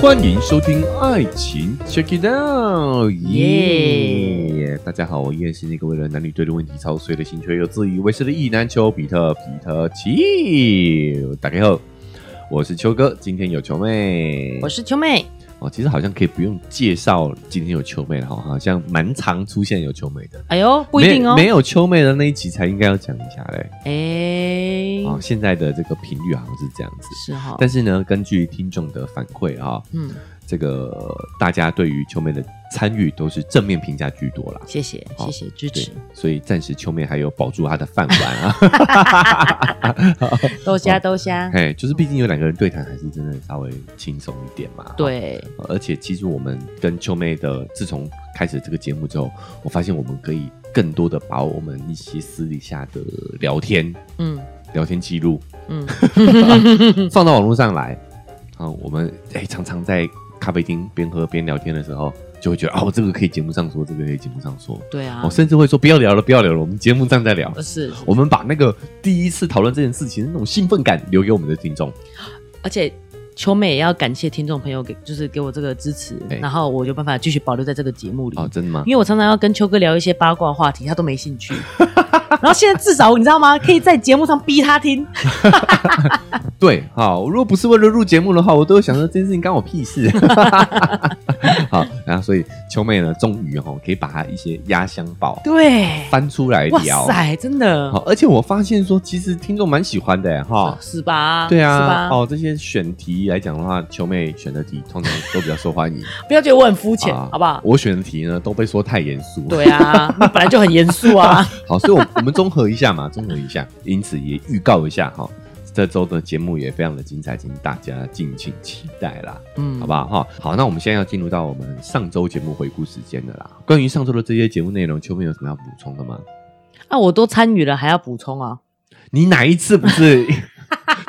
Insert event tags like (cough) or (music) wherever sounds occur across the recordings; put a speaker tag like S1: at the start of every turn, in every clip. S1: 欢迎收听《爱情 Check It Out》，耶！大家好，我依然是那个为了男女对立问题操碎了心却又自以为是的意男丘比特皮特奇。打开后，我是丘哥，今天有球妹，
S2: 我是秋妹，
S1: 哦，其实好像可以不用介绍今天有秋妹了哈，好像蛮常出现有秋妹的。
S2: 哎呦，不一定哦
S1: 没，没有秋妹的那一集才应该要讲一下嘞。
S2: 哎，
S1: 哦，现在的这个频率好像是这样子。
S2: 是哈，
S1: 但是呢，根据听众的反馈啊、
S2: 嗯，
S1: 这个大家对于秋妹的参与都是正面评价居多啦。
S2: 谢谢
S1: 好
S2: 谢谢支
S1: 哦对
S2: 持，，
S1: 所以暂时秋妹还有保住她的饭碗啊。
S2: 豆虾豆虾，
S1: 哎，就是毕竟有两个人对谈，还是真的稍微轻松一点嘛。
S2: 对，
S1: 呃，而且其实我们跟秋妹的，自从开始这个节目之后，我发现我们可以更多的把我们一些私底下的聊天、
S2: 嗯
S1: 聊天记录
S2: 嗯，
S1: (laughs) 放到网络上来。啊，我们哎、常常在咖啡厅边喝边聊天的时候，就会觉得哦，这个可以节目上说，这个可以节目上说。
S2: 对啊
S1: 我、，甚至会说不要聊了，不要聊了，我们节目上再聊。
S2: 是，
S1: 我们把那个第一次讨论这件事情的那种兴奋感留给我们的听众。
S2: 而且。秋妹也要感谢听众朋友给，就是给我这个支持，
S1: 哎
S2: 然后我有办法继续保留在这个节目里。
S1: 哦，真的吗
S2: 因？为我常常要跟秋哥聊一些八卦话题，他都没
S1: (laughs)
S2: 兴趣。然后现在至少你知道吗？可以在节目上逼他听。
S1: 对，好，如果不是为了录节目的话，我都会想说这件事情干我屁事。 (laughs) 好，然后所以秋妹呢，终于哈、哦、可以把她一些压箱宝
S2: 对，
S1: 翻出来
S2: 哇
S1: 聊。哦
S2: 塞，真的
S1: 好，，而且我发现说，其实听众蛮喜欢的哈。
S2: 是吧？
S1: 哦对
S2: 是
S1: 啊
S2: 吧，？
S1: 哦，这些选题来讲的话，球妹选的题通常都比较受
S2: (laughs)
S1: 欢迎，
S2: 不要觉得我很肤浅，
S1: 啊
S2: 好不好？
S1: 我选的题呢都被说太严肃，，
S2: 对啊，你本来就很严肃
S1: (laughs)
S2: 啊。
S1: 好，所以我我们综合一下嘛，综合一
S2: (laughs)
S1: 下，因此也预告一下哈，这周的节目也非常的精彩，请大家敬请期待啦，
S2: 嗯
S1: 好不好哈？好，那我们现在要进入到我们上周节目回顾时间的啦。关于上周的这些节目内容，秋妹有什么要补充的吗？
S2: 啊，我都参与了，还要补充啊？
S1: 你哪一次不
S2: (laughs)
S1: 是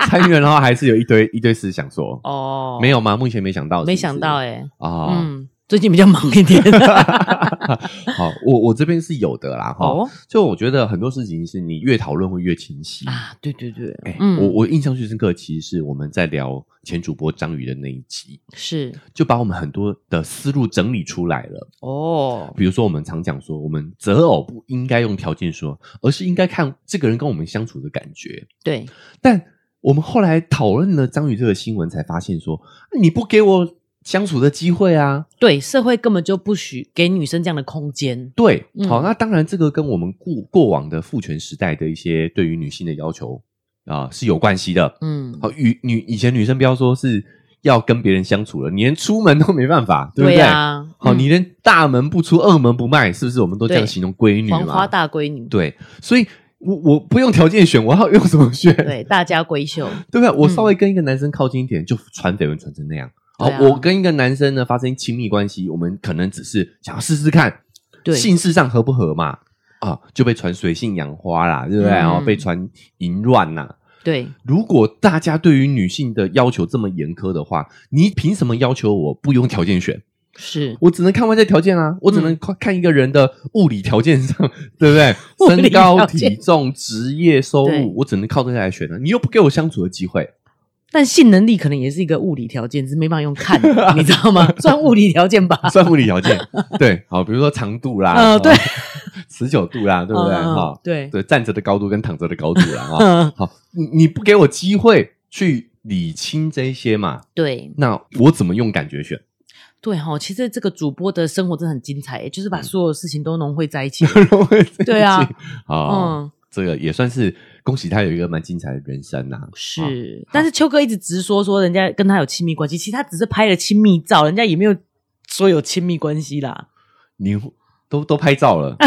S1: 参与了，然后还是有一堆一堆事想说？
S2: 哦，
S1: 没有吗？目前没想到是不是，
S2: 没想到哎、
S1: 啊，
S2: 嗯，最近比较忙一点。
S1: (laughs) 好，我我这边是有的啦哈。
S2: 哦
S1: 就我觉得很多事情是你越讨论会越清晰。
S2: 啊，对对对，
S1: 哎
S2: 嗯，
S1: 我我印象最深刻，其实是我们在聊前主播张宇的那一集，
S2: 是
S1: 就把我们很多的思路整理出来了。
S2: 哦，
S1: 比如说，我们常讲说，我们择偶不应该用条件说，而是应该看这个人跟我们相处的感觉。
S2: 对，
S1: 但我们后来讨论了张宇这个新闻，才发现说，啊你不给我相处的机会啊，
S2: 对，社会根本就不许给女生这样的空间。
S1: 对，
S2: 嗯
S1: 好，那当然这个跟我们过过往的父权时代的一些对于女性的要求啊、是有关系的。
S2: 嗯，
S1: 好，女女以前女生不要说是要跟别人相处了，你连出门都没办法，对不对？
S2: 啊，
S1: 好，
S2: 嗯
S1: 你连大门不出，二门不迈，是不是？我们都这样
S2: 对
S1: 形容闺女
S2: 黄花
S1: 嘛？
S2: 大闺女，
S1: 对，所以我我不用条件选，我要用什么选？
S2: 对，大家闺秀，
S1: 对不对？我
S2: 嗯
S1: 稍微跟一个男生靠近一点，就传绯闻传成那样。好，
S2: 对啊
S1: 我跟一个男生呢发生亲密关系，我们可能只是想要试试看，
S2: 对
S1: 性事上合不合嘛？啊，就被传水性杨花啦，对不对？
S2: 嗯
S1: 然后被传淫乱啦。
S2: 对，
S1: 如果大家对于女性的要求这么严苛的话，你凭什么要求我不用条件选？
S2: 是
S1: 我只能看外在条件啊，我只能看看一个人的物理条件上， (laughs) 对不对？
S2: 嗯物理
S1: 身高、
S2: 条件
S1: 体重、职业、收
S2: 对
S1: 入，我只能靠这些来选啊。你又不给我相处的机会，
S2: 但性能力可能也是一个物理条件，只是没办法用看
S1: (laughs)
S2: 的，你知道吗？算物理条件吧。
S1: 算物理条件，对，好，比如说长度啦，
S2: 呃对，
S1: 持久度啦，对不对？
S2: 嗯嗯
S1: 哈，
S2: 对
S1: 对，站着的高度跟躺着的高度啦，哈，
S2: 嗯，
S1: 好，你你不给我机会去理清这些嘛，
S2: 对
S1: 那我怎么用感觉选？ (laughs)
S2: 对哈、其实这个主播的生活真的很精彩，欸就
S1: 嗯
S2: 是把所有事情都融汇在一
S1: (laughs)
S2: 起。对啊，
S1: 啊，
S2: 嗯，
S1: 这个也算是恭喜他有一个蛮精彩的人生呐，啊
S2: 是，但是秋哥一直直说说人家跟他有亲密关系，其实他只是拍了亲密照，人家也没有说有亲密关系啦。
S1: 你都都拍照了， (laughs)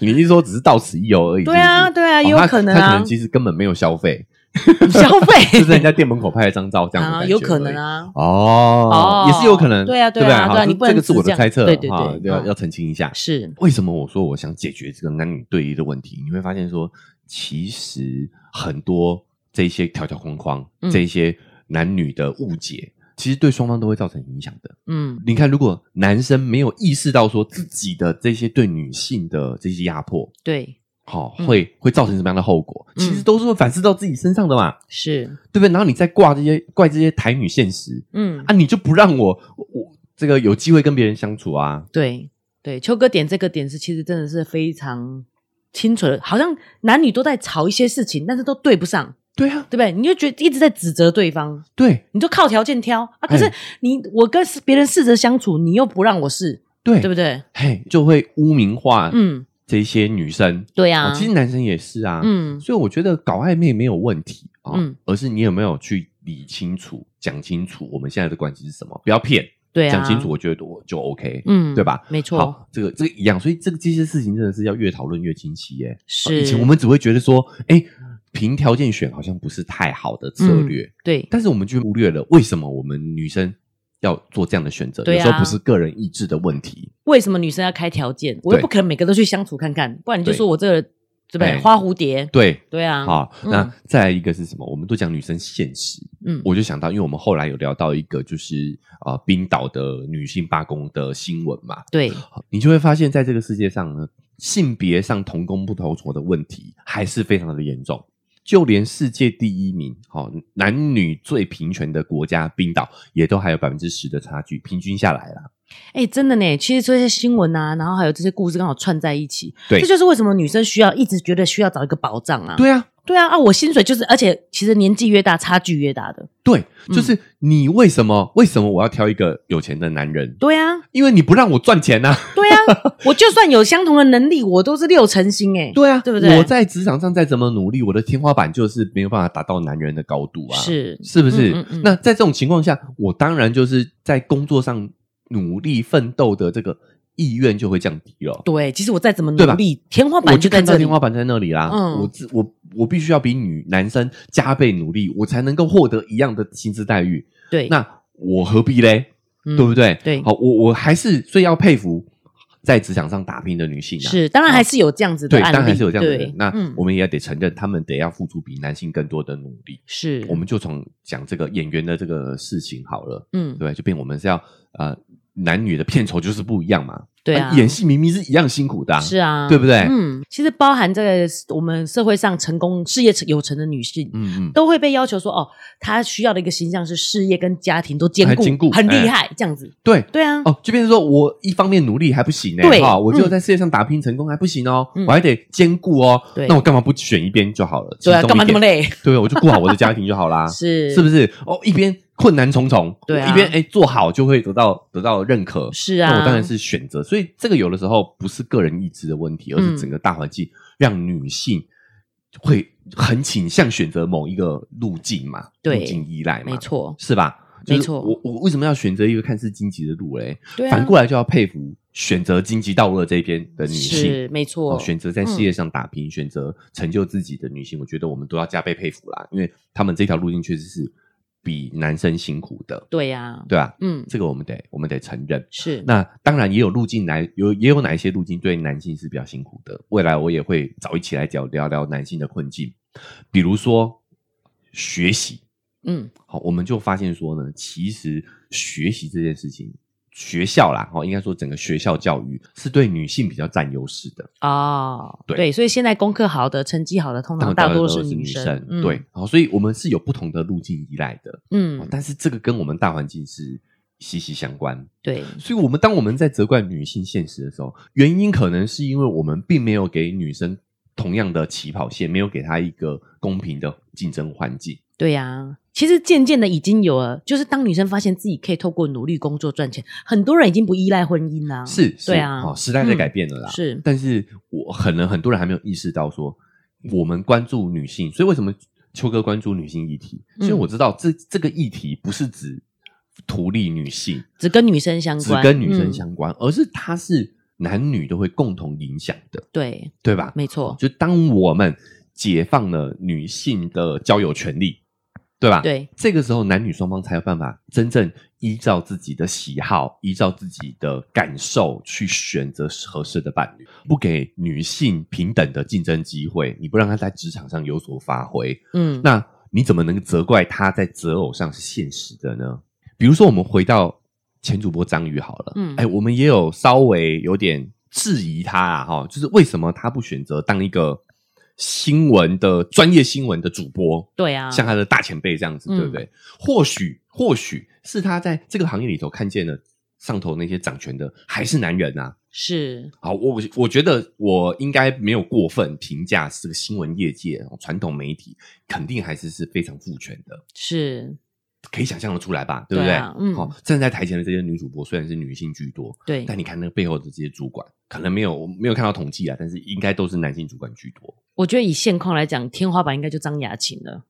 S1: 你是说只是到此一游而已？
S2: 对
S1: 是
S2: 啊，
S1: 不是。
S2: 对啊，
S1: 哦
S2: 也有
S1: 他
S2: 可能
S1: 他可
S2: 啊
S1: 能，其实根本没有消费， (laughs)
S2: 消费
S1: 就是人家店门口拍了张照这样的
S2: (laughs) 啊，
S1: 感觉
S2: 有可
S1: 而
S2: 能
S1: 已。
S2: 啊，
S1: 哦
S2: 哦，
S1: 也是有可能，
S2: 对啊
S1: 对不
S2: 对啊
S1: 好
S2: 对啊你
S1: 这
S2: 不能
S1: 这个是我的
S2: 只讲
S1: 猜测，
S2: 对对对
S1: 啊要
S2: 嗯
S1: 要澄清一下。
S2: 是，
S1: 为什么我说我想解决这个男女对立的问题？你会发现说，其实很多这些条条框框，
S2: 嗯
S1: 这些男女的误解，其实对双方都会造成影响的。
S2: 嗯，
S1: 你看，如果男生没有意识到说自己的这些对女性的这些压迫，
S2: 对，
S1: 好、
S2: 嗯
S1: 会会造成什么样的后果，
S2: 嗯
S1: 其实都是会反思到自己身上的嘛，
S2: 是，
S1: 对不对？然后你再挂这些怪这些台女现实
S2: 嗯，
S1: 啊，你就不让我我我这个有机会跟别人相处啊，
S2: 对对，秋哥点这个点是其实真的是非常清楚的，好像男女都在吵一些事情，但是都对不上，
S1: 对啊，
S2: 对不对？你就觉得一直在指责对方，
S1: 对
S2: 你就靠条件挑啊。可是
S1: 哎
S2: 你我跟别人试着相处，你又不让我试，
S1: 对
S2: 对不对？
S1: 嘿，就会污名化
S2: 嗯，
S1: 这些女生。
S2: 对
S1: 啊，
S2: 呀、
S1: 其实男生也是啊，
S2: 嗯
S1: 所以我觉得搞暧昧没有问题啊，
S2: 嗯
S1: 而是你有没有去理清楚、讲清楚我们现在的关系是什么，不要骗，
S2: 对啊，
S1: 讲清楚，，我觉得我就 OK，、
S2: 嗯，
S1: 对？吧？
S2: 没错，
S1: 好，这个这个一样，所以这个这些事情真的是要越讨论越清晰耶。啊
S2: 是
S1: 以前我们只会觉得说，哎，凭条件选好像不是太好的策
S2: 嗯
S1: 略，
S2: 对
S1: 但是我们就忽略了为什么我们女生要做这样的选择，
S2: 对啊
S1: 有时候不是个人意志的问题，
S2: 为什么女生要开条件？我又
S1: 对
S2: 不可能每个都去相处看看，不然你就
S1: 对
S2: 说我这个人对不对？
S1: 哎
S2: 花蝴蝶，
S1: 对。
S2: 对啊，
S1: 好，
S2: 嗯
S1: 那再来一个是什么？我们都讲女生现实，
S2: 嗯，
S1: 我就想到，因为我们后来有聊到一个就是呃冰岛的女性罢工的新闻嘛，
S2: 对，
S1: 你就会发现在这个世界上呢，性别上同工不同酬的问题还是非常的严重。就连世界第一名，好、男女最平权的国家冰岛，也都还有百分之十的差距，平均下来啦。
S2: 哎，真的呢，其实这些新闻啊，然后还有这些故事刚好串在一起，
S1: 对
S2: 这就是为什么女生需要一直觉得需要找一个保障啊，
S1: 对啊，
S2: 对啊，啊，我薪水就是，而且其实年纪越大，差距越大的，
S1: 对，
S2: 嗯
S1: 就是你为什么、为什么我要挑一个有钱的男人？
S2: 对啊，
S1: 因为你不让我赚钱呐、啊。
S2: 对啊， (laughs) 我就算有相同的能力，我都是六成新哎，
S1: (laughs) 对啊，
S2: 对不对
S1: 我在职场上再怎么努力，我的天花板就是没有办法达到男人的高度啊，
S2: 是
S1: 是不是？
S2: 嗯嗯嗯
S1: 那在这种情况下，我当然就是在工作上努力奋斗的这个意愿就会降低了。
S2: 对，其实我再怎么
S1: 对
S2: 努
S1: 吧
S2: 力，天花
S1: 我
S2: 板
S1: 就
S2: 在
S1: 看到
S2: 这里
S1: 天，花板在那里啦，
S2: 嗯
S1: 我自我我必须要比女男生加倍努力，我才能够获得一样的薪资待遇。
S2: 对，
S1: 那我何必嘞？
S2: 嗯
S1: 对不对？
S2: 对
S1: 好，我我还是最要佩服在职场上打拼的女性啊。
S2: 是，当然还是有这样子的
S1: 对，
S2: 案
S1: 当
S2: 例，
S1: 然还是有这样的人
S2: 对。
S1: 那
S2: 嗯
S1: 我们也得承认，他们得要付出比男性更多的努力。
S2: 是
S1: 我们就从讲这个演员的这个事情好了，
S2: 嗯，
S1: 对，就变我们是要呃男女的片酬就是不一样嘛。
S2: 对啊
S1: 演戏明明是一样辛苦呃的啊、
S2: 是啊，
S1: 对不对
S2: 嗯，其实包含在我们社会上成功、事业有成的女性，
S1: 嗯嗯，
S2: 都会被要求说，哦，她需要的一个形象是事业跟家庭都兼
S1: 还
S2: 顾，
S1: 兼顾
S2: 很厉害、这样子。
S1: 对。
S2: 对啊，
S1: 哦，就变成说我一方面努力还不行呢、欸
S2: 对
S1: 哈，我只有
S2: 嗯
S1: 在事业上打拼成功还不行哦，
S2: 嗯
S1: 我还得兼顾哦。
S2: 对
S1: 那我干嘛不选一边就好了？
S2: 对啊，
S1: 其中一
S2: 干嘛那么
S1: 边？
S2: 累？。
S1: 对，我就顾好我的家庭就好啦
S2: (laughs) 是
S1: 是不是？哦，一边困难重重，
S2: 对啊
S1: 一边哎做好就会得到得到认可，
S2: 是啊
S1: 那我当然是选择，所以这个有的时候不是个人意志的问题，而
S2: 嗯
S1: 是整个大环境让女性会很倾向选择某一个路径嘛，
S2: 对
S1: 路径依赖嘛，
S2: 没，错，
S1: 是吧？就是
S2: 没错
S1: 我我为什么要选择一个看似荆棘的路嘞？
S2: 对啊，
S1: 反过来就要佩服选择荆棘道路的这一边的女性
S2: 是。没错，
S1: 哦，选择在事业上打拼、选择成就自己的女性，我觉得我们都要加倍佩服啦，因为他们这条路径确实是比男生辛苦的，
S2: 对呀、
S1: 对吧？
S2: 嗯，
S1: 这个我们得我们得承认。
S2: 是
S1: 那当然也有路径来，有也有哪一些路径对男性是比较辛苦的。未来我也会找一起来聊聊聊男性的困境，比如说学习。
S2: 嗯
S1: 好，我们就发现说呢，其实学习这件事情，学校啦，哦，应该说整个学校教育是对女性比较占优势的。
S2: 哦
S1: 对
S2: 所以现在功课好的、成绩好的，通常大多是
S1: 女
S2: 生。嗯
S1: 对，，哦然后所以我们是有不同的路径依赖的，
S2: 嗯，
S1: 但是这个跟我们大环境是息息相关。
S2: 对，
S1: 所以，我们当我们在责怪女性现实的时候，原因可能是因为我们并没有给女生同样的起跑线，没有给她一个公平的竞争环境。
S2: 对呀、其实渐渐的已经有了，就是当女生发现自己可以透过努力工作赚钱，很多人已经不依赖婚姻啦、
S1: 是，是
S2: 对啊
S1: 哦，时代在改变了啦。
S2: 是
S1: 但是我可能很多人还没有意识到说，我们关注女性，所以为什么秋哥关注女性议题？
S2: 嗯
S1: 所以我知道这这个议题不是指图利女性，
S2: 只跟女生相
S1: 只
S2: 关，
S1: 跟女生
S2: 嗯、
S1: 相关，而是它是男女都会共同影响的，
S2: 对，
S1: 对吧？
S2: 没错，
S1: 就当我们解放了女性的交友权利，对吧？。
S2: 对，
S1: 这个时候，男女双方才有办法真正依照自己的喜好、依照自己的感受去选择合适的伴侣。不给女性平等的竞争机会，你不让她在职场上有所发挥，
S2: 嗯，
S1: 那你怎么能责怪她在择偶上是现实的呢？比如说，我们回到前主播章鱼好了，
S2: 嗯
S1: 哎，我们也有稍微有点质疑他啊，哈，就是为什么他不选择当一个新闻的专业新闻的主播，
S2: 对啊，
S1: 像他的大前辈这样子，
S2: 嗯
S1: 对不对？或许或许是他在这个行业里头看见了上头那些掌权的还是男人啊。
S2: 是
S1: 好，我我觉得我应该没有过分评价这个新闻业界哦传统媒体，肯定还是是非常父权的。
S2: 是，
S1: 可以想象的出来吧，对不
S2: 对
S1: 对？
S2: 啊嗯
S1: 好，站在台前的这些女主播虽然是女性居多，
S2: 对，
S1: 但你看那个背后的这些主管，可能没有我没有看到统计啊，但是应该都是男性主管居多。
S2: 我觉得以现况来讲，天花板应该就张雅琴了，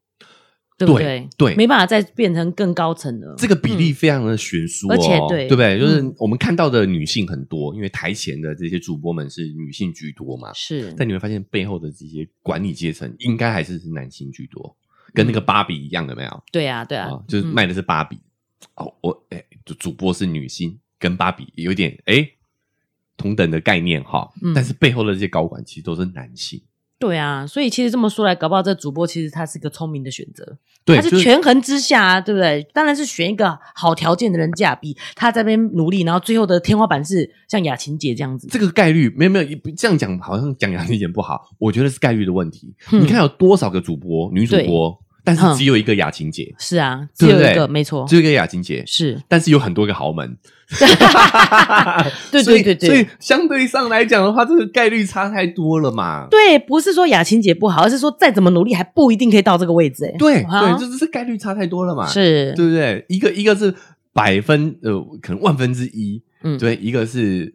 S2: 对不对？
S1: 对对
S2: 没办法再变成更高层了。
S1: 这个比例非常的悬殊、哦
S2: 而且对
S1: 不对？就是
S2: 嗯
S1: 我们看到的女性很多，因为台前的这些主播们是女性居多嘛，
S2: 是
S1: 但你会发现背后的这些管理阶层应该还是是男性居多，跟那个芭比一样，有没有？
S2: 对啊，嗯对啊，
S1: 啊，就是卖的是芭比。哦，我哎，主主播是女性，跟芭比有点哎同等的概念哈，
S2: 嗯
S1: 但是背后的这些高管其实都是男性。
S2: 对啊，所以其实这么说来，搞不好这主播其实他是个聪明的选择，
S1: 对，
S2: 他是
S1: 就是
S2: 权衡之下、啊，对不对？当然是选一个好条件的人嫁，比他在那边努力，然后最后的天花板是像雅琴姐这样子。
S1: 这个概率没有没有这样讲，好像讲杨丽姐不好，我觉得是概率的问题。
S2: 嗯
S1: 你看有多少个主播，女主播，但是只有一个雅琴姐，
S2: 是啊，只
S1: 对
S2: 有
S1: 不对
S2: 一个没错
S1: 只，有一个雅琴姐，
S2: 是
S1: 但是有很多个豪
S2: (laughs)
S1: 门。
S2: 对
S1: 所以
S2: 对对对
S1: 所以相对上来讲的话，这个概率差太多了嘛。
S2: 对，不是说雅琴姐不好，而是说再怎么努力还不一定可以到这个位置、欸。
S1: 对
S2: 啊
S1: 对，这是概率差太多了嘛。
S2: 是，
S1: 对不对？一个一个是百分呃，可能万分之一，
S2: 嗯，
S1: 对，一个是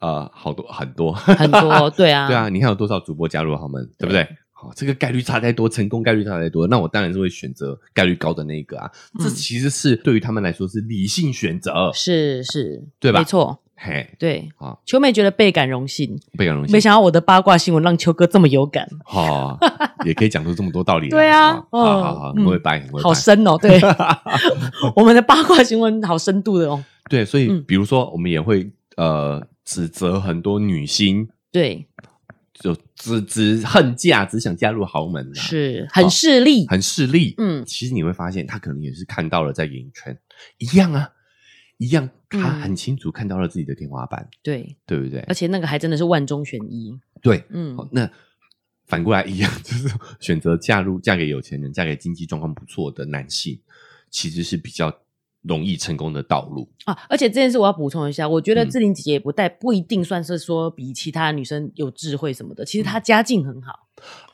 S1: 呃，好多很多，(laughs)
S2: 很多，对啊，
S1: 对啊，你看有多少主播加入豪门，对不
S2: 对
S1: 对？好，这个概率差太多，成功概率差太多，那我当然是会选择概率高的那一个啊。这
S2: 嗯
S1: 其实是对于他们来说是理性选择，
S2: 是是，
S1: 对吧啊
S2: 没错，
S1: 嘿，
S2: 对。
S1: 好，
S2: 秋妹觉得倍感荣幸，
S1: 倍感荣幸
S2: 没，想到我的八卦新闻让秋哥这么有感，
S1: 好，也可以讲出这么多道理来，
S2: 对啊
S1: 好好好
S2: 嗯
S1: 好，
S2: 嗯
S1: 很会掰，很会
S2: 好
S1: 掰。
S2: 深哦。对，我们的八卦新闻好深度的哦。
S1: (laughs) 对，所以
S2: 嗯
S1: 比如说，我们也会呃指责很多女星
S2: 对，
S1: 就只只恨嫁，只想嫁入豪门、啊，
S2: 是很势利，
S1: 很势利。
S2: 嗯
S1: 其实你会发现，他可能也是看到了在演艺圈一样啊，一样，他
S2: 嗯
S1: 很清楚看到了自己的天花板，
S2: 对，
S1: 对不对
S2: 而？且那个还真的是万中选一，
S1: 对，
S2: 嗯
S1: 好，那反过来一样， (laughs) 就是选择嫁入嫁给有钱人，嫁给经济状况不错的男性，其实是比较容易成功的道路。
S2: 啊，而且这件事我要补充一下，我觉得
S1: 嗯
S2: 志玲姐姐也不带不一定算是说比其他女生有智慧什么的，其实她家境很好，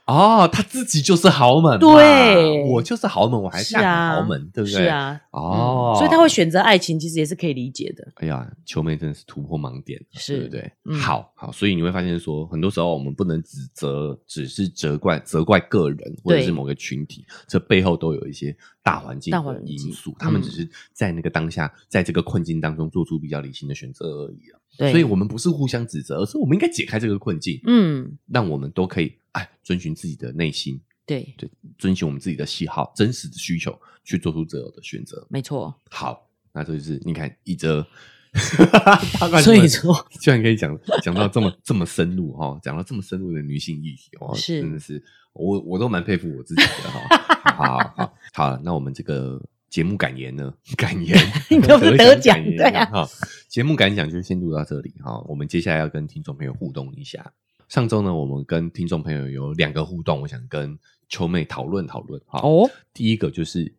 S1: 哦，他自己就是豪门嘛，
S2: 对
S1: 我就是豪门，我还
S2: 是
S1: 嫁给
S2: 啊
S1: 豪门，嗯对不对？
S2: 是，啊，
S1: 哦，
S2: 所以她会选择爱情，其实也是可以理解的，
S1: 哎呀，球妹真的是突破盲点，
S2: 是
S1: 对不对？
S2: 嗯
S1: 好好，所以你会发现说，很多时候我们不能指责，只是责怪责怪个人或者是某个群体，这背后都有一些大环境
S2: 大环
S1: 的
S2: 境
S1: 因素，他们
S2: 嗯
S1: 只是在那个当下，在这个困境当中做出比较理性的选择而已啊。
S2: 对，
S1: 所以我们不是互相指责，而是我们应该解开这个困境，
S2: 嗯，
S1: 让我们都可以哎遵循自己的内心，
S2: 对，
S1: 对，遵循我们自己的喜好、真实的需求去做出择偶的选择。
S2: 没错，
S1: 好，那这就是你看一则， (laughs) 大
S2: 所以说
S1: 居然可以讲讲到这么这么深入哈、哦，讲到这么深入的女性议题哦，
S2: 是
S1: 真的是我我都蛮佩服我自己的哈、哦。好好好好，那我们这个节目感言呢？感言
S2: (laughs) 你都是得奖
S1: 感言
S2: 对啊
S1: 哈、节目感想就先录到这里哈、我们接下来要跟听众朋友互动一下。上周呢，我们跟听众朋友有两个互动，我想跟秋妹讨论讨论哈。
S2: 哦，
S1: 第一个就是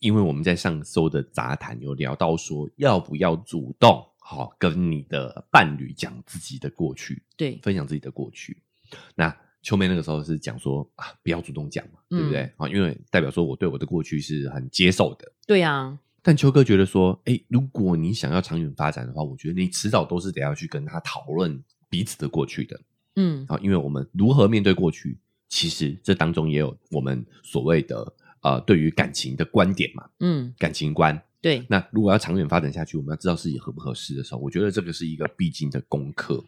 S1: 因为我们在上周的杂谈有聊到说，要不要主动好、跟你的伴侣讲自己的过去，
S2: 对，
S1: 分享自己的过去。那秋妹那个时候是讲说啊，不要主动讲嘛，对不对？啊、因为代表说我对我的过去是很接受的。
S2: 对啊，
S1: 但秋哥觉得说，哎，如果你想要长远发展的话，我觉得你迟早都是得要去跟他讨论彼此的过去的。
S2: 嗯，
S1: 啊，因为我们如何面对过去，其实这当中也有我们所谓的呃对于感情的观点嘛，
S2: 嗯，
S1: 感情观。
S2: 对，
S1: 那如果要长远发展下去，我们要知道自己合不合适的时候，我觉得这个是一个必经的功课。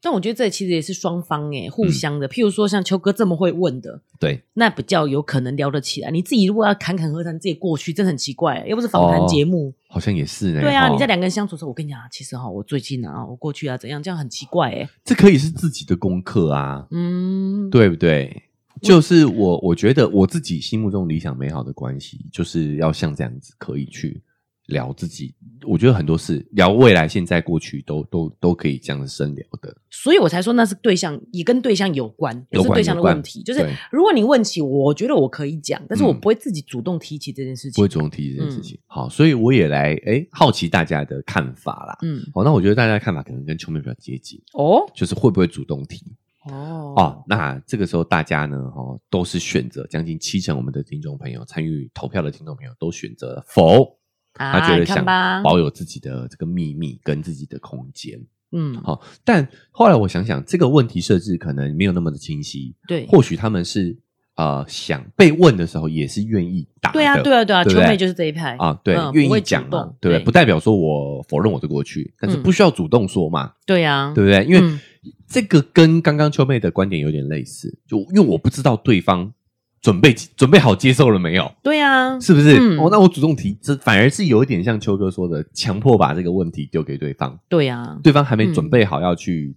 S2: 但我觉得这其实也是双方诶、
S1: 嗯
S2: 互相的，譬如说像秋哥这么会问的，
S1: 对，
S2: 那比较有可能聊得起来。你自己如果要侃侃而谈自己过去，真的很奇怪，欸又不是访谈
S1: 哦
S2: 节目。
S1: 好像也是呢。
S2: 对啊，
S1: 齁
S2: 你在两个人相处的时候，我跟你讲啊，其实哈、我最近啊，我过去啊怎样，这样很奇怪哎、
S1: 这可以是自己的功课啊，
S2: 嗯，，
S1: 对不对？就是我，我觉得我自己心目中理想美好的关系，就是要像这样子，可以去聊自己我觉得很多事聊未来、现在、过去都都都可以这样深聊的。
S2: 所以我才说那是对象，也跟对象有关，
S1: 有
S2: 不是
S1: 关
S2: 对象
S1: 有
S2: 的
S1: 关
S2: 问题。就是
S1: 对
S2: 如果你问起，我觉得我可以讲，但是我
S1: 嗯
S2: 不会自己主动提起这件事
S1: 不
S2: 情。
S1: 会主动提这件事
S2: 嗯
S1: 情。好，所以我也来哎好奇大家的看法啦。
S2: 嗯，
S1: 好，那我觉得大家的看法可能跟秋妹比较接近，
S2: 哦
S1: 就是会不会主动提
S2: 哦
S1: 啊、哦？那这个时候大家呢，哦，都是选择将近七成我们的听众朋友参与投票的听众朋友都选择了否，他
S2: 啊，
S1: 觉
S2: 你
S1: 得
S2: 看
S1: 想
S2: 吧，
S1: 保有自己的这个秘密跟自己的空间。
S2: 嗯，
S1: 好、但后来我想想，这个问题设置可能没有那么的清晰，
S2: 对，
S1: 或许他们是呃想被问的时候也是愿意答的，
S2: 对啊，对啊，对啊，
S1: 对
S2: 秋
S1: 不对
S2: 妹就是这一派
S1: 啊，对愿
S2: 嗯，不
S1: 意
S2: 会主
S1: 讲嘛
S2: 动，
S1: 对不对？
S2: 对
S1: 不代表说我否认我的过去，但是
S2: 嗯
S1: 不需要主动说嘛，
S2: 对啊，
S1: 对不对？因为
S2: 嗯
S1: 这个跟刚刚秋妹的观点有点类似，就因为我不知道对方准备准备好接受了没有，
S2: 对啊，
S1: 是不是？
S2: 嗯
S1: 哦，那我主动提，这反而是有一点像秋哥说的，强迫把这个问题丢给对方，
S2: 对啊，
S1: 对方还没
S2: 嗯
S1: 准备好要去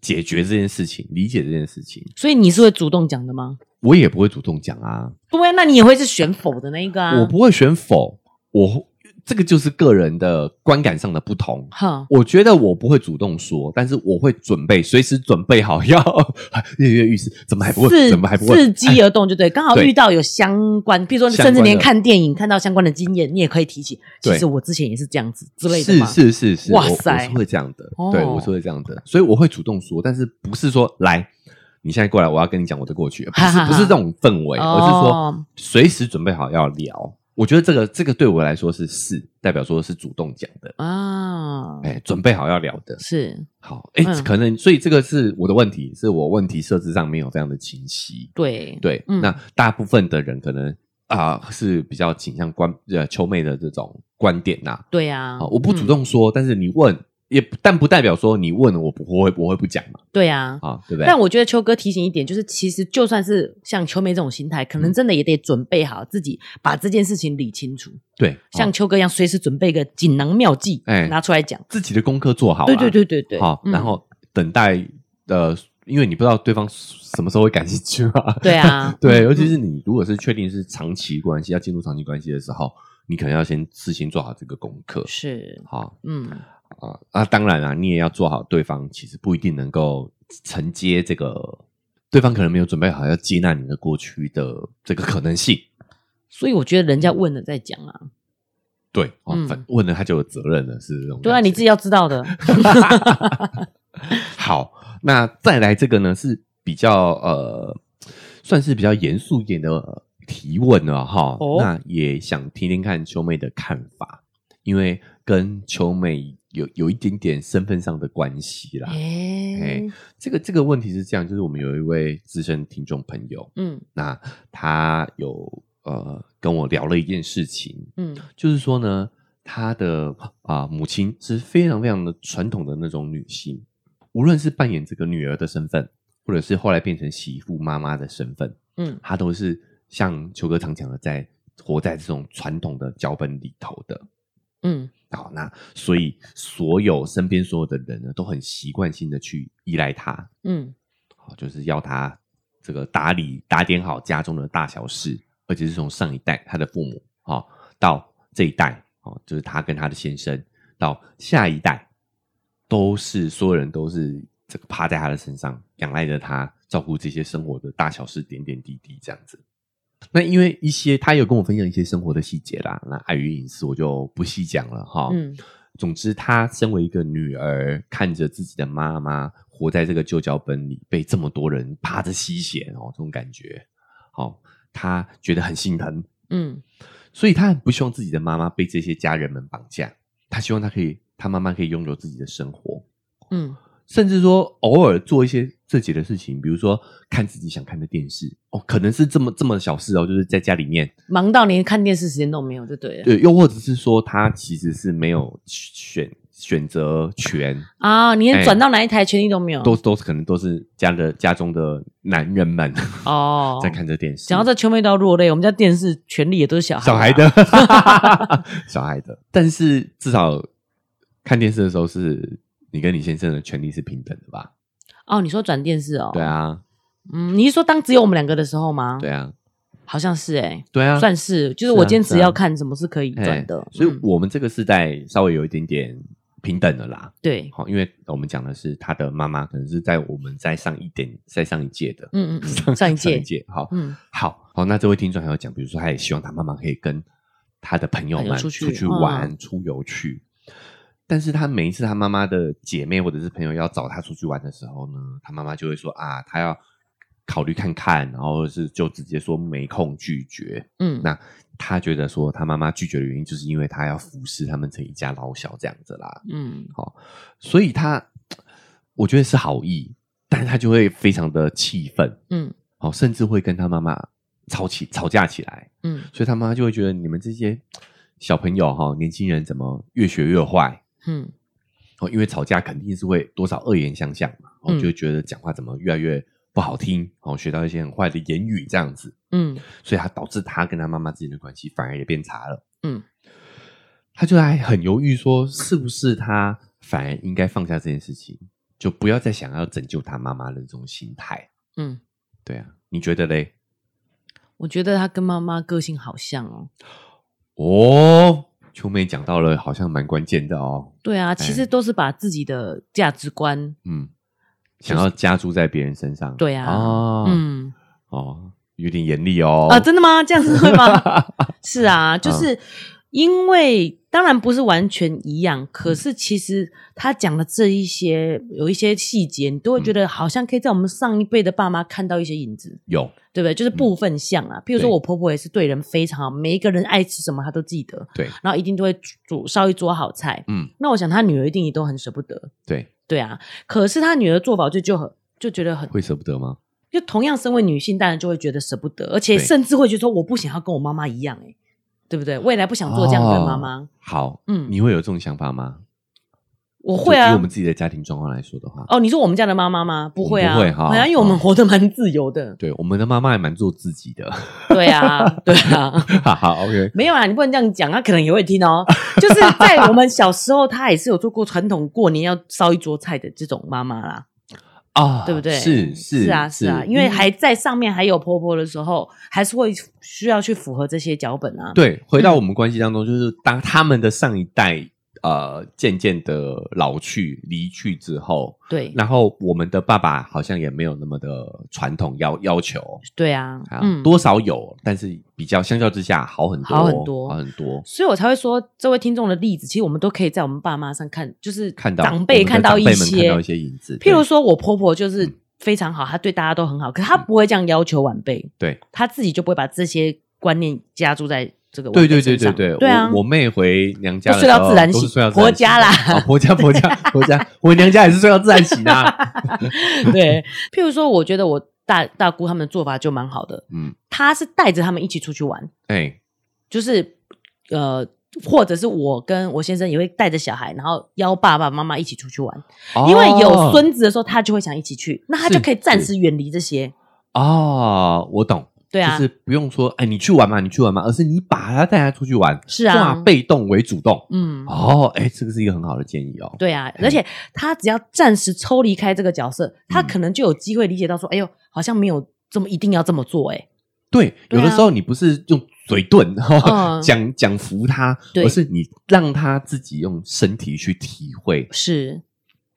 S1: 解决这件事情，理解这件事情，
S2: 所以你是会主动讲的吗？
S1: 我也不会主动讲啊，
S2: 对啊，那你也会是选否的那一个啊？
S1: 我，不会选否，我这个就是个人的观感上的不同。
S2: 哈，
S1: 我觉得我不会主动说，但是我会准备，随时准备好要跃跃欲试。怎么还不问？
S2: 伺
S1: 怎么还不问？
S2: 伺机而动就对，刚好
S1: 对
S2: 遇到有相关，比如说
S1: 相
S2: 甚至
S1: 关
S2: 连
S1: 的
S2: 看电影看到相关的经验，你也可以提起。其
S1: 对
S2: 实我之前也是这样子之类的
S1: 是
S2: 嘛。
S1: 是是是，
S2: 哇
S1: 我我
S2: 塞
S1: 是会这样的，
S2: 哦
S1: 对我是会这样的，所以我会主动说，但是不是说来，你现在过来，我要跟你讲我的过去，不
S2: 哈
S1: 是
S2: (laughs) 哈
S1: 不
S2: 哈
S1: 是这种氛围，
S2: 哦
S1: 我是说随时准备好要聊。我觉得这个这个对我来说是是代表说是主动讲的，
S2: 啊，
S1: 哎，准备好要聊的，
S2: 是
S1: 好，哎、
S2: 嗯
S1: 可能所以这个是我的问题，是我问题设置上没有这样的清晰。
S2: 对
S1: 对，
S2: 嗯
S1: 那大部分的人可能啊、是比较倾向观呃秋妹的这种观点呐、
S2: 对啊
S1: 好，，我不主
S2: 嗯
S1: 动说，但是你问也不，但不代表说你问了我不会我会不讲嘛，
S2: 对啊。
S1: 啊，对不对？
S2: 但我觉得秋哥提醒一点，就是其实就算是像秋妹这种心态，可
S1: 嗯
S2: 能真的也得准备好自己把这件事情理清楚，
S1: 对，
S2: 像
S1: 哦
S2: 秋哥一样随时准备一个锦囊妙计，
S1: 哎
S2: 拿出来讲。
S1: 自己的功课做好、啊，
S2: 对对对对对，
S1: 好，
S2: 嗯
S1: 然后等待呃，因为你不知道对方什么时候会感兴趣嘛，，
S2: (laughs) 对
S1: (laughs)
S2: 啊
S1: 对，
S2: 嗯
S1: 尤其
S2: 嗯
S1: 是你如果是确定是长期关系，要进入长期关系的时候，你可能要先事先做好这个功课。
S2: 是
S1: 好
S2: 嗯，
S1: 啊啊，当然啊，你也要做好对方其实不一定能够承接这个，对方可能没有准备好要接纳你的过去的这个可能性。
S2: 所以我觉得人家问了再讲
S1: 嗯
S2: 啊，
S1: 对，哦
S2: 嗯
S1: 反问了他就有责任了，是不是这种感觉。
S2: 对啊，你自己要知
S1: (laughs)
S2: 道的，
S1: 好，那再来这个呢是比较呃，算是比较严肃一点的提问了哈。
S2: 哦
S1: 那也想听听看秋妹的看法，因为跟秋妹有有一点点身份上的关系啦。
S2: 哎
S1: 哎，这个这个问题是这样，就是我们有一位资深听众朋友，
S2: 嗯
S1: 那他有呃跟我聊了一件事情，
S2: 嗯，
S1: 就是说呢，她的啊、母亲是非常非常的传统的那种女性，无论是扮演这个女儿的身份，或者是后来变成媳妇妈妈的身份，
S2: 嗯
S1: 她都是像球哥常讲的，在活在这种传统的脚本里头的。
S2: 嗯，
S1: 好，那所以所有身边所有的人呢，都很习惯性的去依赖她，
S2: 嗯
S1: 好，就是要她这个打理打点好家中的大小事，而且是从上一代她的父母哦到这一代哦，就是她跟她的先生到下一代，都是所有人都是这个趴在她的身上，仰赖着她照顾这些生活的大小事点点滴滴这样子。那因为一些她有跟我分享一些生活的细节啦，那碍于隐私我就不细讲了哈。
S2: 嗯
S1: 总之，她身为一个女儿，看着自己的妈妈活在这个旧脚本里，被这么多人趴着吸血哦，这种感觉，好、她觉得很心疼，
S2: 嗯，
S1: 所以她很不希望自己的妈妈被这些家人们绑架，她希望她可以，她妈妈可以拥有自己的生活，
S2: 嗯
S1: 甚至说偶尔做一些自己的事情，比如说看自己想看的电视哦，可能是这么这么小事哦，就是在家里面
S2: 忙到连看电视时间都没有，就对了。
S1: 对，又或者是说她其实是没有选选择权。
S2: 啊，你
S1: 哎
S2: 连转到哪一台权利都没有。
S1: 都都是可能都是家的家中的男人们
S2: 哦，
S1: (laughs) 在看这电视。
S2: 讲到这，秋妹都要落泪。我们家电视权利也都是小孩，
S1: (laughs)
S2: 啊
S1: 小孩，的 (laughs) 小孩的，但是至少看电视的时候是你跟你先生的权利是平等的吧？
S2: 哦，你说转电视哦？
S1: 对，啊，
S2: 嗯，你是说当只有我们两个的时候吗？
S1: 对啊，
S2: 好像是哎、
S1: 对啊，
S2: 算是，就
S1: 是
S2: 是我
S1: 啊
S2: 坚
S1: 是
S2: 持
S1: 啊
S2: 要看什么是可以
S1: 哎
S2: 转的，
S1: 所以
S2: 嗯
S1: 我们这个世代稍微有一点点平等了啦。
S2: 对，
S1: 好，因为我们讲的是他的妈妈，可能是在我们在上一点，在上一届的，
S2: 嗯嗯嗯，上
S1: (laughs) 上
S2: 一届
S1: 一，届。好，
S2: 嗯，
S1: 好，好，那这位听众还有讲，比如说他也希望他妈妈可以跟他的朋友
S2: 朋
S1: 们
S2: 友出去
S1: 玩、出游去。但是他每一次他妈妈的姐妹或者是朋友要找他出去玩的时候呢，他妈妈就会说啊，他要考虑看看，然后是就直接说没空拒绝。
S2: 嗯，
S1: 那他觉得说他妈妈拒绝的原因，就是因为他要服侍他们这一家老小这样子啦，
S2: 嗯，
S1: 所以他我觉得是好意，但是他就会非常的气愤，
S2: 嗯，
S1: 哦，甚至会跟他妈妈吵起吵架起来，
S2: 嗯，
S1: 所以他妈妈就会觉得你们这些小朋友哈、年轻人怎么越学越坏。
S2: 嗯，
S1: 哦，因为吵架肯定是会多少恶言相向嘛，哦，
S2: 嗯
S1: 就会觉得讲话怎么越来越不好听，哦，学到一些很坏的言语这样子。
S2: 嗯，
S1: 所以他导致他跟他妈妈之间的关系反而也变差了。
S2: 嗯，
S1: 他就还很犹豫说，是不是他反而应该放下这件事情，就不要再想要拯救他妈妈的这种心态。
S2: 嗯，
S1: 对啊，你觉得嘞？
S2: 我觉得他跟妈妈个性好像哦。
S1: 哦，秋妹讲到了，好像蛮关键的哦。
S2: 对啊，其实都是把自己的价值观，
S1: 嗯，想要加注在别人身上。
S2: 对啊
S1: 哦，
S2: 嗯
S1: 哦，有点严厉哦。嗯
S2: 啊，真的吗？这样子会吗？
S1: (laughs)
S2: 是啊，就是因为当然不是完全一样，
S1: 嗯
S2: 可是其实他讲的这一些有一些细节，你
S1: 嗯
S2: 都会觉得好像可以在我们上一辈的爸妈看到一些影子，
S1: 有
S2: 对不对？就是部分像啊，譬如说
S1: 嗯对
S2: 我婆婆也是对人非常好，每一个人爱吃什么她都记得，
S1: 对，
S2: 然后一定都会煮烧一桌好菜。
S1: 嗯，
S2: 那我想她女儿一定也都很舍不得，
S1: 对，
S2: 对啊。可是她女儿做法就就很就觉得很
S1: 会舍不得吗？
S2: 就同样身为女性，当然就会觉得舍不得，而且
S1: 对
S2: 甚至会觉得说我不想要跟我妈妈一样、欸，对不对？未来不想做这样的妈妈，
S1: 哦好，
S2: 嗯
S1: 你会有这种想法吗？
S2: 我
S1: 就
S2: 会
S1: 以
S2: 啊
S1: 我。们自己的家庭状况来说的话，
S2: 哦，你说我们家的妈妈吗？不会
S1: 我们
S2: 啊，
S1: 不会哈
S2: 好像因为我们
S1: 哦。
S2: 活得蛮自由的
S1: 对，我们的妈妈也蛮做自己的。 (laughs)
S2: 对啊，对啊，
S1: 哈哈，OK，
S2: 没有啊，你不能这样讲，她可能也会
S1: (laughs)
S2: 听哦。就是在我们小时候，她也是有做过传统过年要烧一桌菜的这种妈妈啦，
S1: 啊，
S2: 对不对？
S1: 是是嗯
S2: 是啊，是啊，因为还在上面还有婆婆的时候，还是会需要去符合这些脚本啊。
S1: 对，回到我们关系当中，就是当他们的上一代呃渐渐的老去离去之后，
S2: 对
S1: 然后我们的爸爸好像也没有那么的传统要要求。
S2: 对啊
S1: 啊，，
S2: 嗯，
S1: 多少有，但是比较相较之下好很多，
S2: 好很多
S1: 好很多。
S2: 所以我才会说，这位听众的例子，其实我们都可以在我们爸妈上看，就是
S1: 看到
S2: 长辈
S1: 我们的
S2: 看到
S1: 长
S2: 一
S1: 辈们看
S2: 些，
S1: 到一些影子，
S2: 譬如
S1: 对嗯
S2: 说我婆婆就是非常好，她对大家都很好，可是她不会这样要求晚辈，
S1: 对，
S2: 她自己就不会把这些观念加注在这个晚
S1: 对
S2: 辈
S1: 对对
S2: 身
S1: 对
S2: 上
S1: 对，
S2: 对啊 (laughs)
S1: 我我妹回娘家的
S2: 都睡到
S1: 时候
S2: 自然醒
S1: 都是睡到自
S2: 婆
S1: 然醒
S2: 家
S1: 的
S2: 啦
S1: 哦婆家婆家婆家，我娘家也是睡到自然醒
S2: (laughs)
S1: 啊。
S2: 对。譬如说，我觉得我大大姑他们的做法就蛮好的，
S1: 嗯，
S2: 她是带着他们一起出去玩，
S1: 哎，
S2: 就是呃。或者是我跟我先生也会带着小孩，然后邀爸爸妈妈一起出去玩，
S1: 哦
S2: 因为有孙子的时候，他就会想一起去，那他
S1: 是
S2: 就可以暂时远离这些。
S1: 哦，我懂，
S2: 对啊，
S1: 就是不用说哎，你去玩嘛，你去玩嘛，而是你把他带他出去玩，
S2: 是啊
S1: 化被动为主动。
S2: 嗯，
S1: 哦，哎，这个是一个很好的建议哦。
S2: 对啊，
S1: 嗯
S2: 而且他只要暂时抽离开这个角色，他可能就有机会理解到说，哎呦，好像没有这么一定要这么做、哎，
S1: 对，有
S2: 对啊
S1: 的时候你不是用嘴遁 (laughs)
S2: 嗯
S1: 讲讲服他，
S2: 对
S1: 而是你让他自己用身体去体会，
S2: 是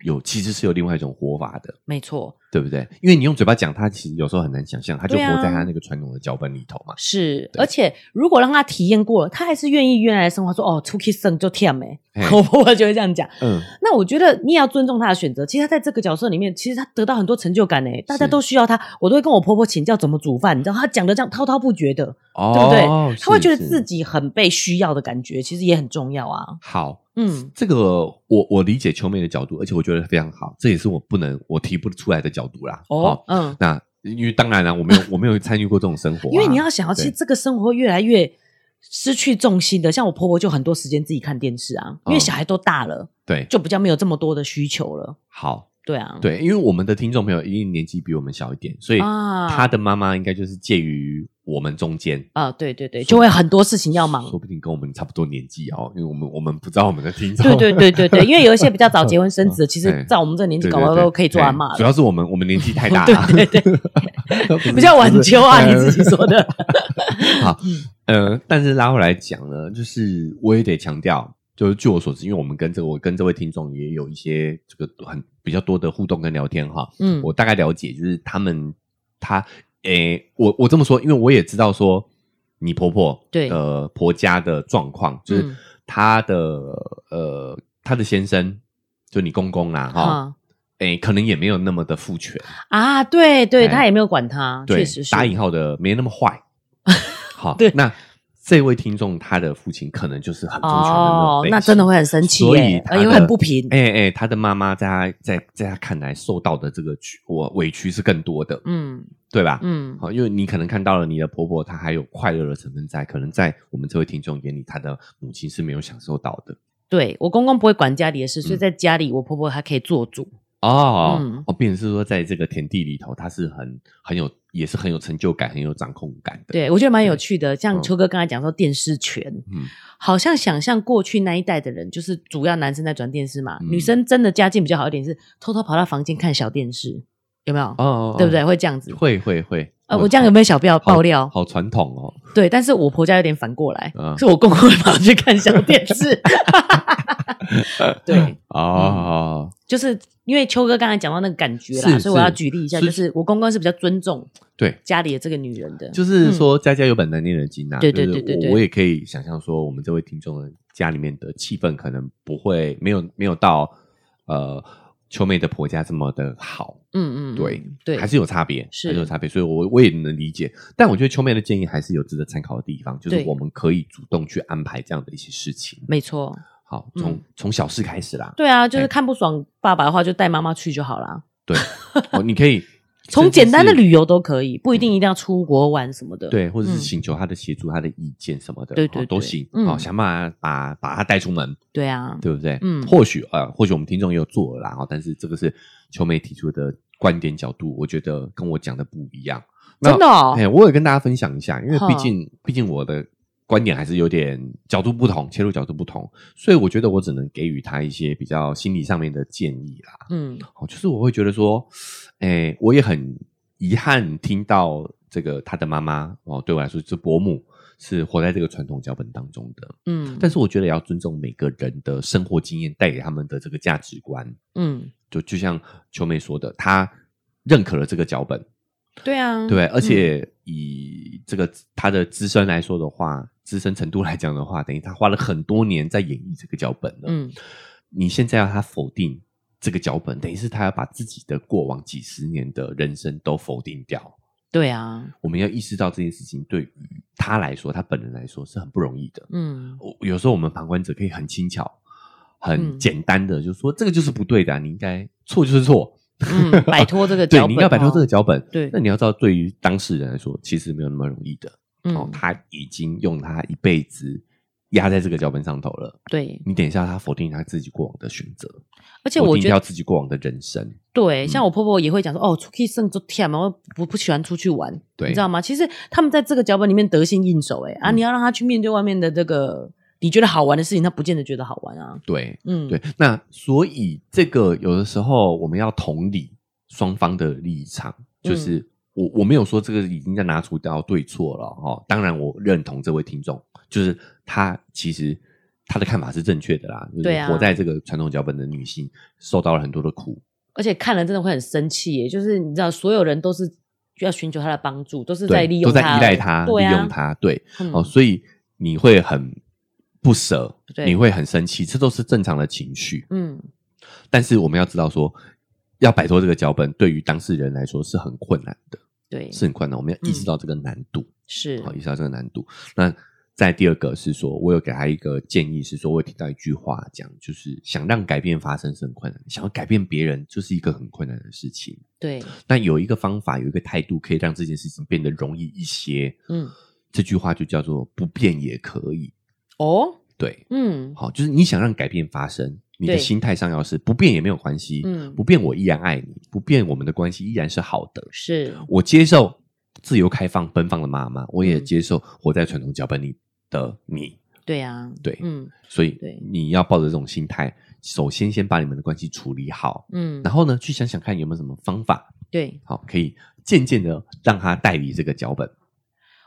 S1: 有其实是有另外一种活法的。
S2: 没错，
S1: 对不对？因为你用嘴巴讲，他其实有时候很难想象，他就
S2: 对啊
S1: 活在他那个传统的脚本里头
S2: (laughs)
S1: 嘛。
S2: 是。
S1: 对
S2: 而且如果让他体验过了，他还是愿意原来的生活，说哦，出去生就甜哎
S1: 嘿，
S2: (laughs) 我婆婆就会这样讲。
S1: 嗯，
S2: 那我觉得你也要尊重他的选择。其实他在这个角色里面，其实他得到很多成就感哎，大家都需要他。我都会跟我婆婆请教怎么煮饭，你知道他讲的这样滔滔不绝的，
S1: 哦
S2: 对不对？他会觉得
S1: 是
S2: 自
S1: 是
S2: 己很被需要的感觉，其实也很重要啊。
S1: 好。
S2: 嗯，
S1: 这个我我理解秋妹的角度，而且我觉得非常好，这也是我不能我提不出来的角度啦。
S2: 哦，嗯。
S1: 那因为当然啦、我没有我没有参与过这种生活啊、
S2: 因为你要想要，
S1: 对
S2: 其实这个生活会越来越失去重心的。像我婆婆就很多时间自己看电视啊，因为
S1: 嗯
S2: 小孩都大了，
S1: 对
S2: 就比较没有这么多的需求了。
S1: 好
S2: 对啊，
S1: 对，因为我们的听众朋友一定年纪比我们小一点，所以
S2: 啊，
S1: 他的妈妈应该就是介于我们中间。
S2: 啊，对对对，就会很多事情要忙。
S1: 说不定跟我们差不多年纪哦，因为我们我们不知道我们在听什
S2: 对
S1: 么。
S2: 对对对对，因为有一些比较早结婚
S1: (laughs)
S2: 生子，其实
S1: 嗯对
S2: 在我们这个年纪，
S1: 对
S2: 搞不好
S1: 对
S2: 都可以做阿妈
S1: 主
S2: 了，
S1: 要是我们我们年纪太大了，
S2: (laughs) 对对
S1: (laughs) 对
S2: 比较晚秋啊，你自己
S1: (laughs)
S2: 说的。
S1: 好，呃，但是拉回来讲呢，就是我也得强调，就是据我所知，因为我们跟这个我跟这位听众也有一些这个很比较多的互动跟聊天哈，
S2: 嗯，
S1: 我大概了解，就是他们他诶、我我这么说，因为我也知道说你婆婆
S2: 对
S1: 呃婆家的状况，就是
S2: 嗯
S1: 她的、呃她的先生，就你公公啦哈，
S2: 啊
S1: 诶、可能也没有那么的父权，
S2: 啊，对对，
S1: 哎
S2: 他也没有管他，
S1: 对
S2: 确实，是
S1: 打引号的没那么
S2: (laughs)
S1: 坏。好，
S2: 对
S1: 那这位听众他的父亲可能就是很父权的
S2: 哦
S1: 种类，型
S2: 那真的会很生气
S1: 所以
S2: 耶，
S1: 他
S2: 呃因为
S1: 的
S2: 很不平。
S1: 哎哎，他的妈妈在他在在他看来受到的这个屈我委屈是更多的，
S2: 嗯
S1: 对吧？
S2: 嗯，
S1: 好，因为你可能看到了你的婆婆，她还有快乐的成分在，可能在我们这位听众眼里，她的母亲是没有享受到的。
S2: 对我公公不会管家里的事，所以
S1: 嗯
S2: 在家里我婆婆还可以做主。
S1: 哦，
S2: 嗯
S1: 哦，变成是说，在这个田地里头，她是很很有，也是很有成就感，很有掌控感的。，
S2: 对我觉得蛮有趣的，像
S1: 嗯
S2: 秋哥刚才讲说电视权，
S1: 嗯，
S2: 好像想象过去那一代的人，就是主要男生在转电视嘛，
S1: 嗯
S2: 女生真的家境比较好一点，是偷偷跑到房间看小电视，有没有？
S1: 哦哦，哦
S2: 对不？对？会这样
S1: (laughs)
S2: 子。
S1: 会会会。
S2: 呃，我这样有没有小爆
S1: 好
S2: 爆料？
S1: 好传统哦，
S2: 对，但是我婆家有点反过来，
S1: 嗯
S2: 是我公公会跑去看小电
S1: (laughs)
S2: 视。对，嗯
S1: 哦，
S2: 就是因为秋哥刚才讲到那个感觉啦，
S1: 是
S2: 所以我要
S1: 是
S2: 举例一下，
S1: 是
S2: 就是我公公是比较尊重
S1: 对，
S2: 家里的这个女人的，
S1: 就是说家家有本难念的经呐、啊
S2: 嗯对对
S1: 就是
S2: 对对
S1: 我
S2: 对
S1: 我也可以想象说，我们这位听众的家里面的气氛可能不会没有没有到呃秋妹的婆家这么的好，
S2: 嗯嗯，嗯
S1: 对
S2: 对，
S1: 还是有差别，
S2: 是
S1: 还是有差别，所以我我也能理解。但我觉得秋妹的建议还是有值得参考的地方，就是
S2: 对
S1: 我们可以主动去安排这样的一些事情。
S2: 没错，
S1: 好，从、
S2: 嗯
S1: 从小事开始啦，
S2: 对啊，就是
S1: 哎
S2: 看不爽爸爸的话，就带妈妈去就好啦。
S1: 对，哦，你可以
S2: (laughs) 从简单的
S1: 甚至是嗯
S2: 旅游都可以，不一定一定要出国玩什么的。
S1: 对，或者是
S2: 嗯
S1: 请求他的协助、他的意见什么的，
S2: 对
S1: 哦
S2: 对
S1: 都
S2: 对
S1: 行，
S2: 嗯
S1: 好、想办法把把他带出门，
S2: 对啊，
S1: 对不对？
S2: 嗯
S1: 或许呃，或许我们听众也有做了啦，哦，但是这个是秋妹提出的观点角度，我觉得跟我讲的不一样。那
S2: 真的哦
S1: 哎、，我也跟大家分享一下，因为毕
S2: 哼
S1: 竟毕竟我的观点还是有点角度不同，切入角度不同，所以我觉得我只能给予他一些比较心理上面的建议啦。
S2: 嗯，
S1: 哦，就是我会觉得说，哎，我也很遗憾听到这个他的妈妈哦，对我来说，这伯母是活在这个传统脚本当中的。
S2: 嗯，
S1: 但是我觉得也要尊重每个人的生活经验带给他们的这个价值观。
S2: 嗯，
S1: 就就像秋妹说的，她认可了这个脚本，
S2: 对啊，
S1: 对，而
S2: 嗯
S1: 且以这个他的资深来说的话，资深程度来讲的话，等于他花了很多年在演绎这个脚本了。
S2: 嗯，
S1: 你现在要他否定这个脚本，等于是他要把自己的过往几十年的人生都否定掉。
S2: 对啊，
S1: 我们要意识到这件事情对于他来说，他本人来说是很不容易的。
S2: 嗯，
S1: 我有时候我们旁观者可以很轻巧、很
S2: 嗯
S1: 简单的就说、这个就是不对的啊、你应该错就是错， (laughs)
S2: 嗯摆脱这个脚
S1: 对，
S2: 本哦
S1: 你应该摆脱这个脚本。
S2: 对
S1: 那你要知道，对于当事人来说，其实没有那么容易的。哦
S2: 嗯，，
S1: 他已经用他一辈子压在这个脚本上头了。
S2: 对，
S1: 你等一下，他否定他自己过往的选择，
S2: 而且
S1: 否
S2: 我
S1: 定
S2: 觉
S1: 掉
S2: 得
S1: 自己过往的人生。
S2: 对，
S1: 嗯
S2: 像我婆婆也会讲说，哦，出去剩就天嘛，我不不喜欢出去玩，
S1: 对
S2: 你知道吗？其实他们在这个脚本里面得心应手，哎，啊，
S1: 嗯
S2: 你要让他去面对外面的这个你觉得好玩的事情，他不见得觉得好玩啊，
S1: 对
S2: 嗯，
S1: 对，那所以这个有的时候我们要同理双方的立场，
S2: 嗯
S1: 就是。我我没有说这个已经在拿出到对错了哈、哦，当然我认同这位听众，就是他其实他的看法是正确的啦，就
S2: 对
S1: 是
S2: 啊
S1: 活在这个传统脚本的女性受到了很多的苦，
S2: 而且看了真的会很生气耶，就是你知道，所有人都是要寻求他的帮助，都是在利用
S1: 都在
S2: 他，
S1: 依赖他，
S2: 对啊，
S1: 利用他，对、
S2: 嗯
S1: 哦，所以你会很不舍，
S2: 对
S1: 你会很生气，这都是正常的情绪。
S2: 嗯，
S1: 但是我们要知道说，要摆脱这个脚本，对于当事人来说是很困难的，
S2: 对，嗯
S1: 是很困难。我们要意识到这个难度，
S2: 是
S1: 好、意识到这个难度。那再第二个是说，我有给他一个建议，是说我有提到一句话讲，就是想让改变发生是很困难的，想要改变别人就是一个很困难的事情。
S2: 对，
S1: 那有一个方法，有一个态度，可以让这件事情变得容易一些。
S2: 嗯，
S1: 这句话就叫做“不变也可以
S2: 哦，”。
S1: 对，
S2: 嗯
S1: 好，就是你想让改变发生，你的
S2: 对
S1: 心态上要是不变也没有关系，
S2: 嗯
S1: 不变我依然爱你，不变我们的关系依然是好的，
S2: 是，
S1: 我接受自由、开放、奔放的妈妈，我也
S2: 嗯
S1: 接受活在传统脚本里的你。
S2: 对啊，
S1: 对
S2: 嗯
S1: 所以
S2: 对
S1: 你要抱着这种心态，首先先把你们的关系处理好，
S2: 嗯，
S1: 然后呢，去想想看有没有什么方法，
S2: 对，
S1: 好，可以渐渐的让他代理这个脚本。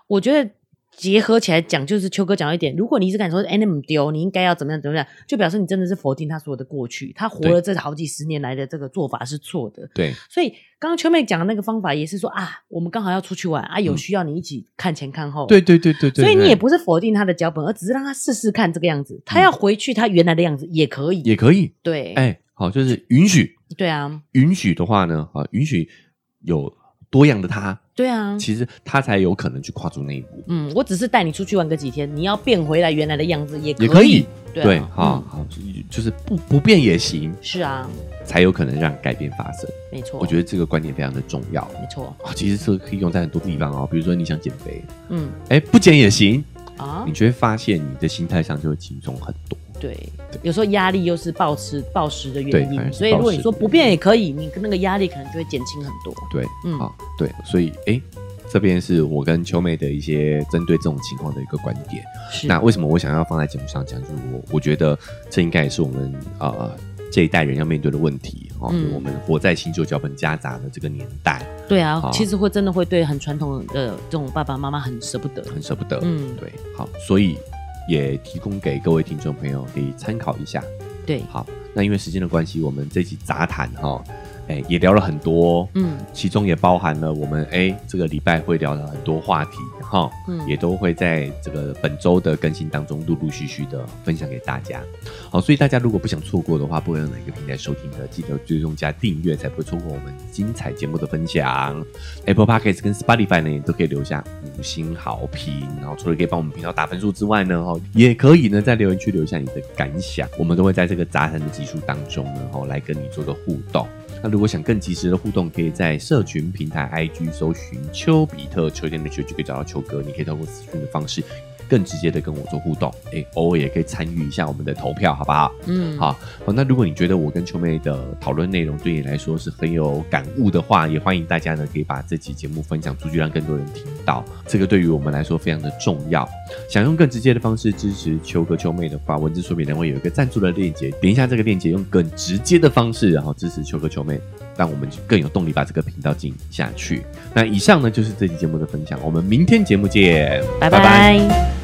S2: 我觉得。结合起来讲，就是秋哥讲到一点，如果你一直敢说，哎，那么丢，你应该要怎么样怎么样，就表示你真的是否定他所有的过去，他活了这好几十年来的这个做法是错的。
S1: 对，
S2: 所以刚刚秋妹讲的那个方法也是说啊，我们刚好要出去玩啊，有
S1: 嗯
S2: 需要你一起看前看后。
S1: 对对对对对，
S2: 所以你
S1: 对
S2: 也
S1: 嗯
S2: 不是否定他的脚本，而只是让他试试看这个样子。他要回去他原来的样子也可以。
S1: 也可以，
S2: 对，
S1: 哎，好，就是允许，
S2: 对啊，
S1: 允许的话呢，啊，允许有多样的他，
S2: 对啊。
S1: 其实他才有可能去跨出那一步。
S2: 嗯，我只是带你出去玩个几天，你要变回来原来的样子也可
S1: 也可以，
S2: 对
S1: 对，
S2: 啊
S1: 好
S2: 嗯
S1: 好，就是不不变也行，
S2: 是啊，
S1: 才有可能让改变发生。
S2: 没错。
S1: 我觉得这个观点非常的重要啊、
S2: 没错。
S1: 其实这个可以用在很多地方哦，比如说你想减肥，
S2: 嗯
S1: 哎，不减也行，
S2: 啊
S1: 你，就会发现你的心态上就会轻松很多。
S2: 对，有时候压力又是暴吃暴食的
S1: 对
S2: 原
S1: 反而
S2: 因，
S1: 是
S2: 所以如果
S1: 暴
S2: 你
S1: 食
S2: 说不变也可以，你那个压力可能就会减轻很多。
S1: 对，
S2: 嗯
S1: 好，对，所以哎，这边是我跟秋妹的一些针对这种情况的一个观点。
S2: 是，啊
S1: 那为什么我想要放在节目上讲？就是我我觉得这应该也是我们呃这一代人要面对的问题哦，
S2: 嗯
S1: 就我们活在新旧脚本夹杂的这个年代，
S2: 对啊
S1: 好，
S2: 其实会真的会对很传统的这种爸爸妈妈很舍不得。
S1: 很舍不得。
S2: 嗯
S1: 对，好，所以也提供给各位听众朋友可以参考一下。
S2: 对，
S1: 好，那因为时间的关系，我们这期杂谈哈、哎、也聊了很多，
S2: 嗯
S1: 其中也包含了我们哎、这个礼拜会聊的很多话题哈、
S2: 嗯
S1: 也都会在这个本周的更新当中陆陆续续的分享给大家。好，所以大家如果不想错过的话，不管用哪一个平台收听的，记得追踪加订阅，才不会错过我们精彩节目的分享。Apple Podcast 跟 Spotify 呢，也都可以留下五星好评。然后除了可以帮我们频道打分数之外呢，哦，也可以呢在留言区留下你的感想，我们都会在这个杂谈的集数当中呢，哦，来跟你做个互动。那如果想更及时的互动，可以在社群平台 IG 搜寻“丘比特秋天的秋”就可以找到秋哥。你可以透过私讯的方式，更直接的跟我做互动。诶、偶尔也可以参与一下我们的投票，好不好？
S2: 嗯，
S1: 好好，哦那如果你觉得我跟秋妹的讨论内容对你来说是很有感悟的话，也欢迎大家呢可以把这期节目分享出去，让更多人听到。这个对于我们来说非常的重要。想用更直接的方式支持秋哥秋妹的话，文字说明栏位有一个赞助的链接，点一下这个链接，用更直接的方式，然后支持秋哥秋妹，让我们更有动力把这个频道经营下去。那以上呢就是这期节目的分享，我们明天节目见，
S2: 拜拜